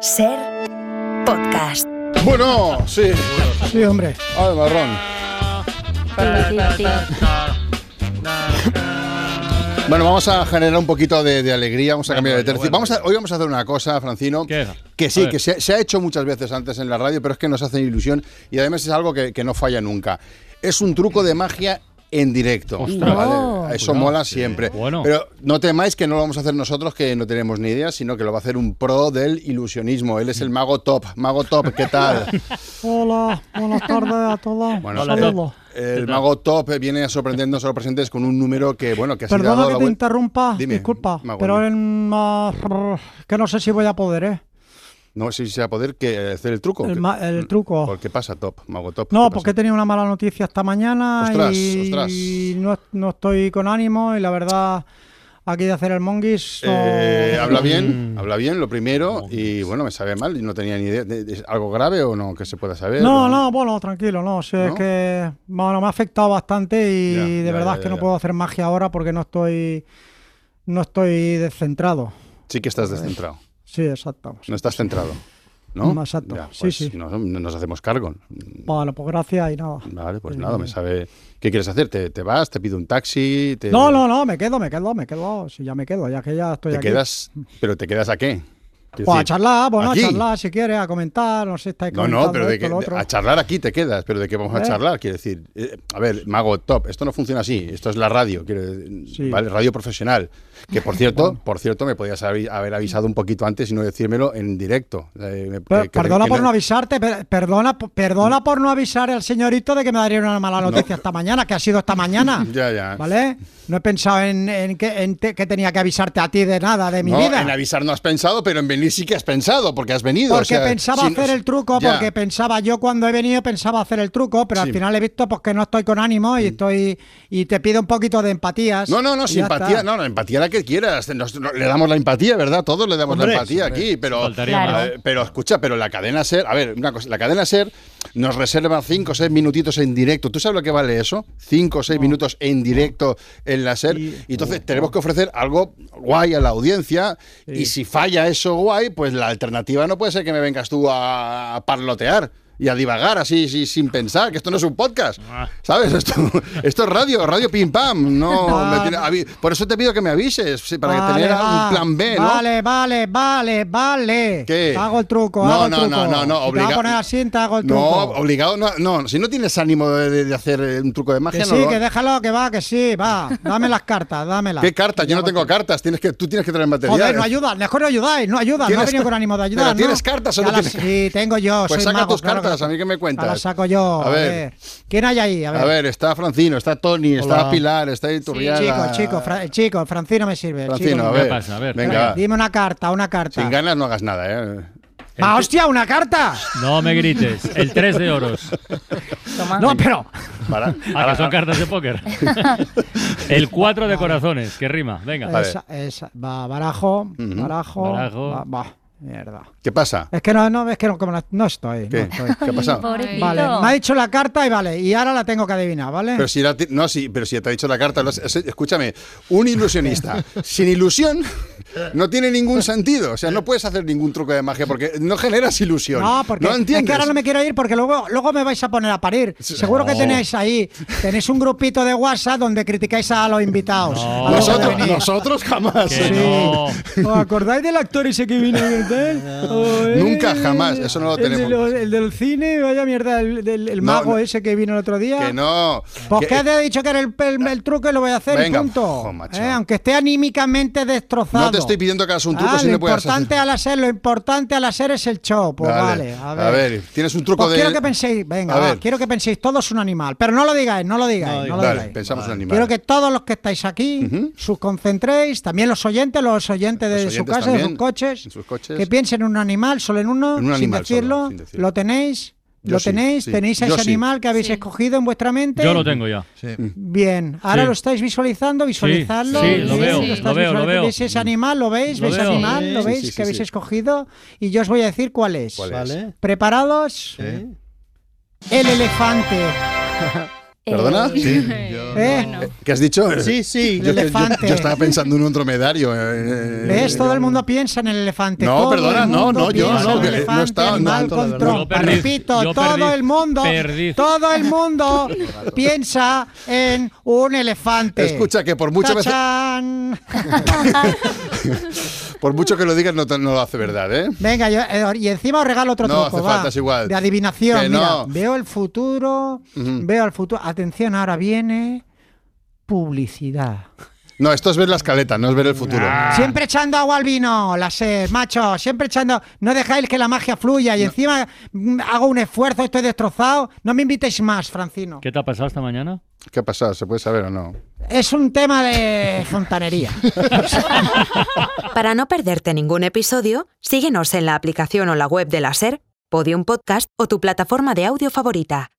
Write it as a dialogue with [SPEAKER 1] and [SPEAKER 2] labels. [SPEAKER 1] Ser podcast.
[SPEAKER 2] Bueno, sí.
[SPEAKER 3] Sí, hombre.
[SPEAKER 2] Ah, de marrón. Bueno, vamos a generar un poquito de, de alegría, vamos a cambiar de tercio.
[SPEAKER 4] bueno.
[SPEAKER 2] Vamos a- hoy vamos a hacer una cosa, Francino,
[SPEAKER 4] ¿Qué?
[SPEAKER 2] que
[SPEAKER 4] A
[SPEAKER 2] sí,
[SPEAKER 4] ver.
[SPEAKER 2] que se, se ha hecho muchas veces antes en la radio, pero es que nos hace ilusión y además es algo que, que no falla nunca. Es un truco de magia en directo.
[SPEAKER 4] Ostras.
[SPEAKER 2] ¿vale?
[SPEAKER 3] Oh.
[SPEAKER 2] Eso mola siempre.
[SPEAKER 4] Bueno.
[SPEAKER 2] Pero no temáis que no lo vamos a hacer nosotros, que no tenemos ni idea, sino que lo va a hacer un pro del ilusionismo. Él es el mago top. Mago top, ¿qué tal?
[SPEAKER 3] Hola, buenas tardes a todos.
[SPEAKER 2] Ah. Bueno,
[SPEAKER 4] Hola,
[SPEAKER 2] el-
[SPEAKER 3] Saludos.
[SPEAKER 2] el, mago top viene a sorprendernos a los presentes con un número que, bueno, que ha sido
[SPEAKER 3] Perdona
[SPEAKER 2] dado
[SPEAKER 3] que
[SPEAKER 2] la
[SPEAKER 3] te
[SPEAKER 2] vuel-
[SPEAKER 3] interrumpa,
[SPEAKER 2] Dime,
[SPEAKER 3] disculpa,
[SPEAKER 2] Magón.
[SPEAKER 3] pero es más que no sé si voy a poder, ¿eh?
[SPEAKER 2] No sé si se va a poder que eh, hacer el truco.
[SPEAKER 3] El,
[SPEAKER 2] que-
[SPEAKER 3] ma- el truco.
[SPEAKER 2] Mm, ¿Por qué pasa top, mago top?
[SPEAKER 3] No,
[SPEAKER 2] ¿Qué
[SPEAKER 3] porque he
[SPEAKER 2] pasa?
[SPEAKER 3] tenido una mala noticia esta mañana
[SPEAKER 2] Ostras,
[SPEAKER 3] y
[SPEAKER 2] ostras.
[SPEAKER 3] No, no estoy con ánimo y la verdad, aquí de hacer el monguis... no-
[SPEAKER 2] Eh, habla bien, habla bien, lo primero, y bueno, me sabe mal, y no tenía ni idea. de- de- ¿Es algo grave o no que se pueda saber?
[SPEAKER 3] No,
[SPEAKER 2] ¿O-
[SPEAKER 3] no, bueno, tranquilo, no, si es
[SPEAKER 2] ¿No?
[SPEAKER 3] que bueno, me ha afectado bastante y
[SPEAKER 2] Ya,
[SPEAKER 3] de
[SPEAKER 2] ya,
[SPEAKER 3] verdad
[SPEAKER 2] ya,
[SPEAKER 3] es que
[SPEAKER 2] ya,
[SPEAKER 3] no
[SPEAKER 2] ya.
[SPEAKER 3] puedo hacer magia ahora porque no estoy no estoy descentrado.
[SPEAKER 2] Sí que estás descentrado,
[SPEAKER 3] Sí, exacto.
[SPEAKER 2] no estás centrado, ¿no?
[SPEAKER 3] Exacto,
[SPEAKER 2] Ya,
[SPEAKER 3] sí,
[SPEAKER 2] pues
[SPEAKER 3] sí.
[SPEAKER 2] No, no nos hacemos cargo.
[SPEAKER 3] Bueno, pues gracias y nada.
[SPEAKER 2] Vale, pues nada, me sabe... ¿Qué quieres hacer? ¿Te, te vas? ¿Te pido un taxi? Te,
[SPEAKER 3] No, no, no, me quedo, me quedo, me quedo. Si ya me quedo, ya que ya estoy
[SPEAKER 2] ¿Te
[SPEAKER 3] aquí.
[SPEAKER 2] quedas? ¿Pero te quedas a qué? Quiero
[SPEAKER 3] Pues a
[SPEAKER 2] decir,
[SPEAKER 3] charlar, bueno,
[SPEAKER 2] aquí.
[SPEAKER 3] a charlar si quieres, a comentar, no sé, estáis
[SPEAKER 2] No,
[SPEAKER 3] comentando
[SPEAKER 2] no, pero de
[SPEAKER 3] esto,
[SPEAKER 2] que,
[SPEAKER 3] lo
[SPEAKER 2] de-
[SPEAKER 3] otro.
[SPEAKER 2] a charlar aquí te quedas, pero de qué vamos a
[SPEAKER 3] ¿Eh?
[SPEAKER 2] charlar, quiero decir, eh, a ver, mago top, esto no funciona así, esto es la radio, quiero,
[SPEAKER 3] Sí.
[SPEAKER 2] ¿vale? radio profesional, que por cierto, por cierto, me podías haber, haber avisado un poquito antes y no decírmelo en directo. eh, me-
[SPEAKER 3] Pero
[SPEAKER 2] que- que-
[SPEAKER 3] perdona
[SPEAKER 2] que
[SPEAKER 3] por no avisarte, per- perdona, po- perdona por no avisar al señorito de que me daría una mala noticia esta mañana, que ha sido esta mañana.
[SPEAKER 2] Ya, ya.
[SPEAKER 3] ¿Vale? No he pensado en, en que, en te- que tenía que avisarte a ti de nada, de mi
[SPEAKER 2] No,
[SPEAKER 3] vida.
[SPEAKER 2] en avisar no has pensado, pero en venir sí que has pensado, porque has venido.
[SPEAKER 3] Porque
[SPEAKER 2] o sea,
[SPEAKER 3] pensaba
[SPEAKER 2] si no-
[SPEAKER 3] hacer el truco,
[SPEAKER 2] ya.
[SPEAKER 3] porque pensaba yo cuando he venido pensaba hacer el truco, pero
[SPEAKER 2] Sí. Mm.
[SPEAKER 3] al final he visto pues, que no estoy con ánimo y estoy y te pido un poquito de empatías.
[SPEAKER 2] No, no, no,
[SPEAKER 3] y
[SPEAKER 2] sin
[SPEAKER 3] ya
[SPEAKER 2] empatía,
[SPEAKER 3] está.
[SPEAKER 2] no, no, empatía la que quieras. nos- no, le damos la empatía, ¿verdad? Todos le damos la
[SPEAKER 4] Hombre,
[SPEAKER 2] empatía
[SPEAKER 4] hombre,
[SPEAKER 2] aquí, pero,
[SPEAKER 4] faltaría Claro. más.
[SPEAKER 2] eh, pero escucha, pero la cadena ser, a ver, una cosa, la cadena ser nos reserva 5 o 6 minutitos en directo. ¿Tú sabes lo que vale eso? 5 o 6 minutos en directo en la ser. Y,
[SPEAKER 3] Y-
[SPEAKER 2] entonces tenemos que ofrecer algo guay a la audiencia y si falla eso guay, pues la alternativa no puede ser que me vengas tú a parlotear. Y a divagar así, sí, sin pensar, que esto no es un podcast.
[SPEAKER 4] Ah.
[SPEAKER 2] ¿Sabes? Esto, esto es radio, radio pim pam. No,
[SPEAKER 3] Vale.
[SPEAKER 2] me tiene- avi- por eso te pido que me avises, sí, para
[SPEAKER 3] Ah. Vale,
[SPEAKER 2] que tener
[SPEAKER 3] va.
[SPEAKER 2] un plan B, ¿no?
[SPEAKER 3] Vale, vale, vale, vale.
[SPEAKER 2] ¿Qué?
[SPEAKER 3] Hago el truco,
[SPEAKER 2] no,
[SPEAKER 3] hago el
[SPEAKER 2] no,
[SPEAKER 3] truco.
[SPEAKER 2] No, no, no,
[SPEAKER 3] Si te vas
[SPEAKER 2] obliga-
[SPEAKER 3] a poner así, te hago el
[SPEAKER 2] No,
[SPEAKER 3] truco.
[SPEAKER 2] obligado, no, no. Si no tienes ánimo de, de- de hacer eh, un truco de magia,
[SPEAKER 3] que
[SPEAKER 2] no
[SPEAKER 3] sí,
[SPEAKER 2] lo-
[SPEAKER 3] que déjalo, que va, que sí, va. Dame las cartas, dámelas.
[SPEAKER 2] ¿Qué cartas? Yo no tengo cartas. Tienes que, tú tienes que traer material.
[SPEAKER 3] Joder, no ayudas, mejor no ayudáis, no ayudas, no
[SPEAKER 2] ¿Tienes-
[SPEAKER 3] he venido con ánimo de ayudar.
[SPEAKER 2] ¿Pero
[SPEAKER 3] ¿no?
[SPEAKER 2] tienes cartas o
[SPEAKER 3] Ya
[SPEAKER 2] no
[SPEAKER 3] las-
[SPEAKER 2] tienes-
[SPEAKER 3] Sí, tengo yo.
[SPEAKER 2] Pues
[SPEAKER 3] soy
[SPEAKER 2] saca
[SPEAKER 3] mago,
[SPEAKER 2] tus
[SPEAKER 3] claro
[SPEAKER 2] cartas,
[SPEAKER 3] sí.
[SPEAKER 2] a mí que me cuentas.
[SPEAKER 3] Ya Las saco yo.
[SPEAKER 2] A
[SPEAKER 3] A
[SPEAKER 2] ver.
[SPEAKER 3] ver. ¿Quién hay ahí? A ver.
[SPEAKER 2] A ver, está Francino, está Tony, está
[SPEAKER 4] Hola.
[SPEAKER 2] Pilar, está Iturriaga.
[SPEAKER 3] Chico, chico, Fra- el chico, Francino me sirve. el
[SPEAKER 2] Francino,
[SPEAKER 3] chico
[SPEAKER 2] a
[SPEAKER 3] me-
[SPEAKER 2] ver.
[SPEAKER 4] ¿Qué pasa? A ver.
[SPEAKER 2] Venga,
[SPEAKER 3] Dime una carta, una carta.
[SPEAKER 2] sin ganas no hagas nada, ¿eh?
[SPEAKER 3] ¡Ah, hostia, una carta!
[SPEAKER 4] No me grites. El 3 de oros.
[SPEAKER 3] No, pero.
[SPEAKER 2] Para.
[SPEAKER 4] Ah, que son cartas de póker. El 4 de corazones, que rima. Venga.
[SPEAKER 2] Vale.
[SPEAKER 3] Esa, esa. Va, barajo, barajo.
[SPEAKER 4] Barajo.
[SPEAKER 3] Va, va, mierda.
[SPEAKER 2] ¿Qué pasa?
[SPEAKER 3] Es que no, no, es que no, como la- no estoy. no
[SPEAKER 2] ¿Qué?
[SPEAKER 3] estoy.
[SPEAKER 2] ¿Qué ha pasado?
[SPEAKER 3] Vale, me ha dicho la carta y vale, y ahora la tengo que adivinar, ¿vale?
[SPEAKER 2] Pero si, la ti- no, si- pero si ya te ha dicho la carta, lo has- es- escúchame, un ilusionista sin ilusión no tiene ningún sentido. O sea, no puedes hacer ningún truco de magia porque no generas ilusión.
[SPEAKER 3] No, porque es
[SPEAKER 2] entiendes.
[SPEAKER 3] que ahora no me quiero ir porque luego, luego me vais a poner a parir. Seguro que tenéis ahí, tenéis un grupito de WhatsApp donde critiquáis a los invitados.
[SPEAKER 4] No.
[SPEAKER 3] a los que
[SPEAKER 2] nosotros,
[SPEAKER 3] venís.
[SPEAKER 2] nosotros jamás.
[SPEAKER 4] Que no.
[SPEAKER 3] ¿Os acordáis del actor ese que vino en el hotel? O el-
[SPEAKER 2] Nunca jamás, eso no lo
[SPEAKER 3] el de
[SPEAKER 2] tenemos.
[SPEAKER 3] los- el del cine, vaya mierda, el, del- el
[SPEAKER 2] No,
[SPEAKER 3] mago
[SPEAKER 2] no.
[SPEAKER 3] ese que vino el otro día.
[SPEAKER 2] Que no.
[SPEAKER 3] Pues
[SPEAKER 2] Que- eh.
[SPEAKER 3] que te he dicho que era el, el- el truco y lo voy a hacer
[SPEAKER 2] Venga,
[SPEAKER 3] y punto.
[SPEAKER 2] ojo, macho.
[SPEAKER 3] Eh, Aunque esté anímicamente destrozado.
[SPEAKER 2] No te estoy pidiendo que hagas un truco
[SPEAKER 3] Ah,
[SPEAKER 2] si
[SPEAKER 3] lo
[SPEAKER 2] no puedes
[SPEAKER 3] importante
[SPEAKER 2] hacer.
[SPEAKER 3] al hacer, lo importante al hacer es el show. Pues vale, a ver.
[SPEAKER 2] tienes un truco
[SPEAKER 3] Pues
[SPEAKER 2] de.
[SPEAKER 3] quiero que penséis, venga,
[SPEAKER 2] A
[SPEAKER 3] va,
[SPEAKER 2] ver.
[SPEAKER 3] quiero que penséis todos un animal, pero no lo digáis, no lo digáis, no, lo
[SPEAKER 2] Dale,
[SPEAKER 3] digáis.
[SPEAKER 2] pensamos en un animal.
[SPEAKER 3] Quiero que todos los que estáis aquí, sus concentréis, también los oyentes, los oyentes de
[SPEAKER 2] Los
[SPEAKER 3] su
[SPEAKER 2] oyentes
[SPEAKER 3] casa, de
[SPEAKER 2] también,
[SPEAKER 3] sus coches,
[SPEAKER 2] en sus coches.
[SPEAKER 3] que piensen en un animal, solo en uno,
[SPEAKER 2] En un animal
[SPEAKER 3] sin, decirlo,
[SPEAKER 2] solo, sin decirlo.
[SPEAKER 3] lo tenéis,
[SPEAKER 2] Yo
[SPEAKER 3] lo
[SPEAKER 2] sí,
[SPEAKER 3] tenéis,
[SPEAKER 2] sí.
[SPEAKER 3] tenéis a
[SPEAKER 2] Yo
[SPEAKER 3] ese
[SPEAKER 2] sí.
[SPEAKER 3] animal que habéis escogido en vuestra mente.
[SPEAKER 4] Yo lo tengo ya.
[SPEAKER 3] Bien, ahora
[SPEAKER 4] Sí.
[SPEAKER 3] lo estáis visualizando, visualizando.
[SPEAKER 4] sí,
[SPEAKER 5] lo veo, lo
[SPEAKER 3] estáis
[SPEAKER 4] veo, lo
[SPEAKER 3] visualizando.
[SPEAKER 4] veo.
[SPEAKER 3] ¿Veis ese animal? ¿Lo veis?
[SPEAKER 4] Lo
[SPEAKER 3] ¿Veis
[SPEAKER 4] veo.
[SPEAKER 3] animal? ¿Lo
[SPEAKER 6] Sí,
[SPEAKER 3] veis?
[SPEAKER 2] sí, sí,
[SPEAKER 3] que habéis
[SPEAKER 2] sí.
[SPEAKER 3] escogido. Y yo os voy a decir cuál es.
[SPEAKER 2] ¿Cuál es?
[SPEAKER 6] Vale.
[SPEAKER 3] ¿Preparados?
[SPEAKER 6] Sí.
[SPEAKER 3] El elefante.
[SPEAKER 2] ¿Perdona?
[SPEAKER 5] Sí.
[SPEAKER 3] ¿Eh?
[SPEAKER 5] Bueno.
[SPEAKER 2] ¿Qué has dicho?
[SPEAKER 5] Sí, sí.
[SPEAKER 2] Yo, yo-
[SPEAKER 3] elefante.
[SPEAKER 2] yo estaba pensando en un dromedario. eh, eh,
[SPEAKER 3] ¿Ves? Todo el mundo piensa en el elefante.
[SPEAKER 2] No,
[SPEAKER 3] Todo el
[SPEAKER 2] perdona, no,
[SPEAKER 3] mundo
[SPEAKER 2] no, yo
[SPEAKER 3] piensa
[SPEAKER 5] no,
[SPEAKER 3] en el
[SPEAKER 5] que no
[SPEAKER 3] elefante,
[SPEAKER 2] estaba- no,
[SPEAKER 3] animal
[SPEAKER 2] todo,
[SPEAKER 3] con
[SPEAKER 2] la verdad.
[SPEAKER 3] trompa.
[SPEAKER 4] Yo perdí,
[SPEAKER 3] Repito,
[SPEAKER 4] yo
[SPEAKER 3] todo
[SPEAKER 4] perdí,
[SPEAKER 3] el mundo,
[SPEAKER 4] perdí.
[SPEAKER 3] todo el mundo piensa en un elefante.
[SPEAKER 2] eh, Escucha, que por muchas veces-
[SPEAKER 3] Tachán.
[SPEAKER 2] Por mucho que lo digas, no, te- no lo hace verdad, ¿eh?
[SPEAKER 3] Venga, yo- eh, y encima os regalo otro
[SPEAKER 2] No,
[SPEAKER 3] truco,
[SPEAKER 2] hace
[SPEAKER 3] va,
[SPEAKER 2] falta, es igual.
[SPEAKER 3] De adivinación,
[SPEAKER 2] Que
[SPEAKER 3] mira.
[SPEAKER 2] no.
[SPEAKER 3] Veo el futuro, veo el futuro. Atención, ahora viene publicidad.
[SPEAKER 2] No, esto es ver la escaleta, no es ver el futuro.
[SPEAKER 3] Siempre echando agua al vino, la sed, macho. Siempre echando. No dejáis que la magia fluya. Y encima mm, hago un esfuerzo, estoy destrozado. No me invitéis más, Francino.
[SPEAKER 4] ¿Qué te ha pasado esta mañana?
[SPEAKER 2] ¿Qué ha pasado? ¿Se puede saber o no?
[SPEAKER 3] Es un tema de fontanería.
[SPEAKER 1] Para no perderte ningún episodio, síguenos en la aplicación o la web de la SER, Podium Podcast o tu plataforma de audio favorita.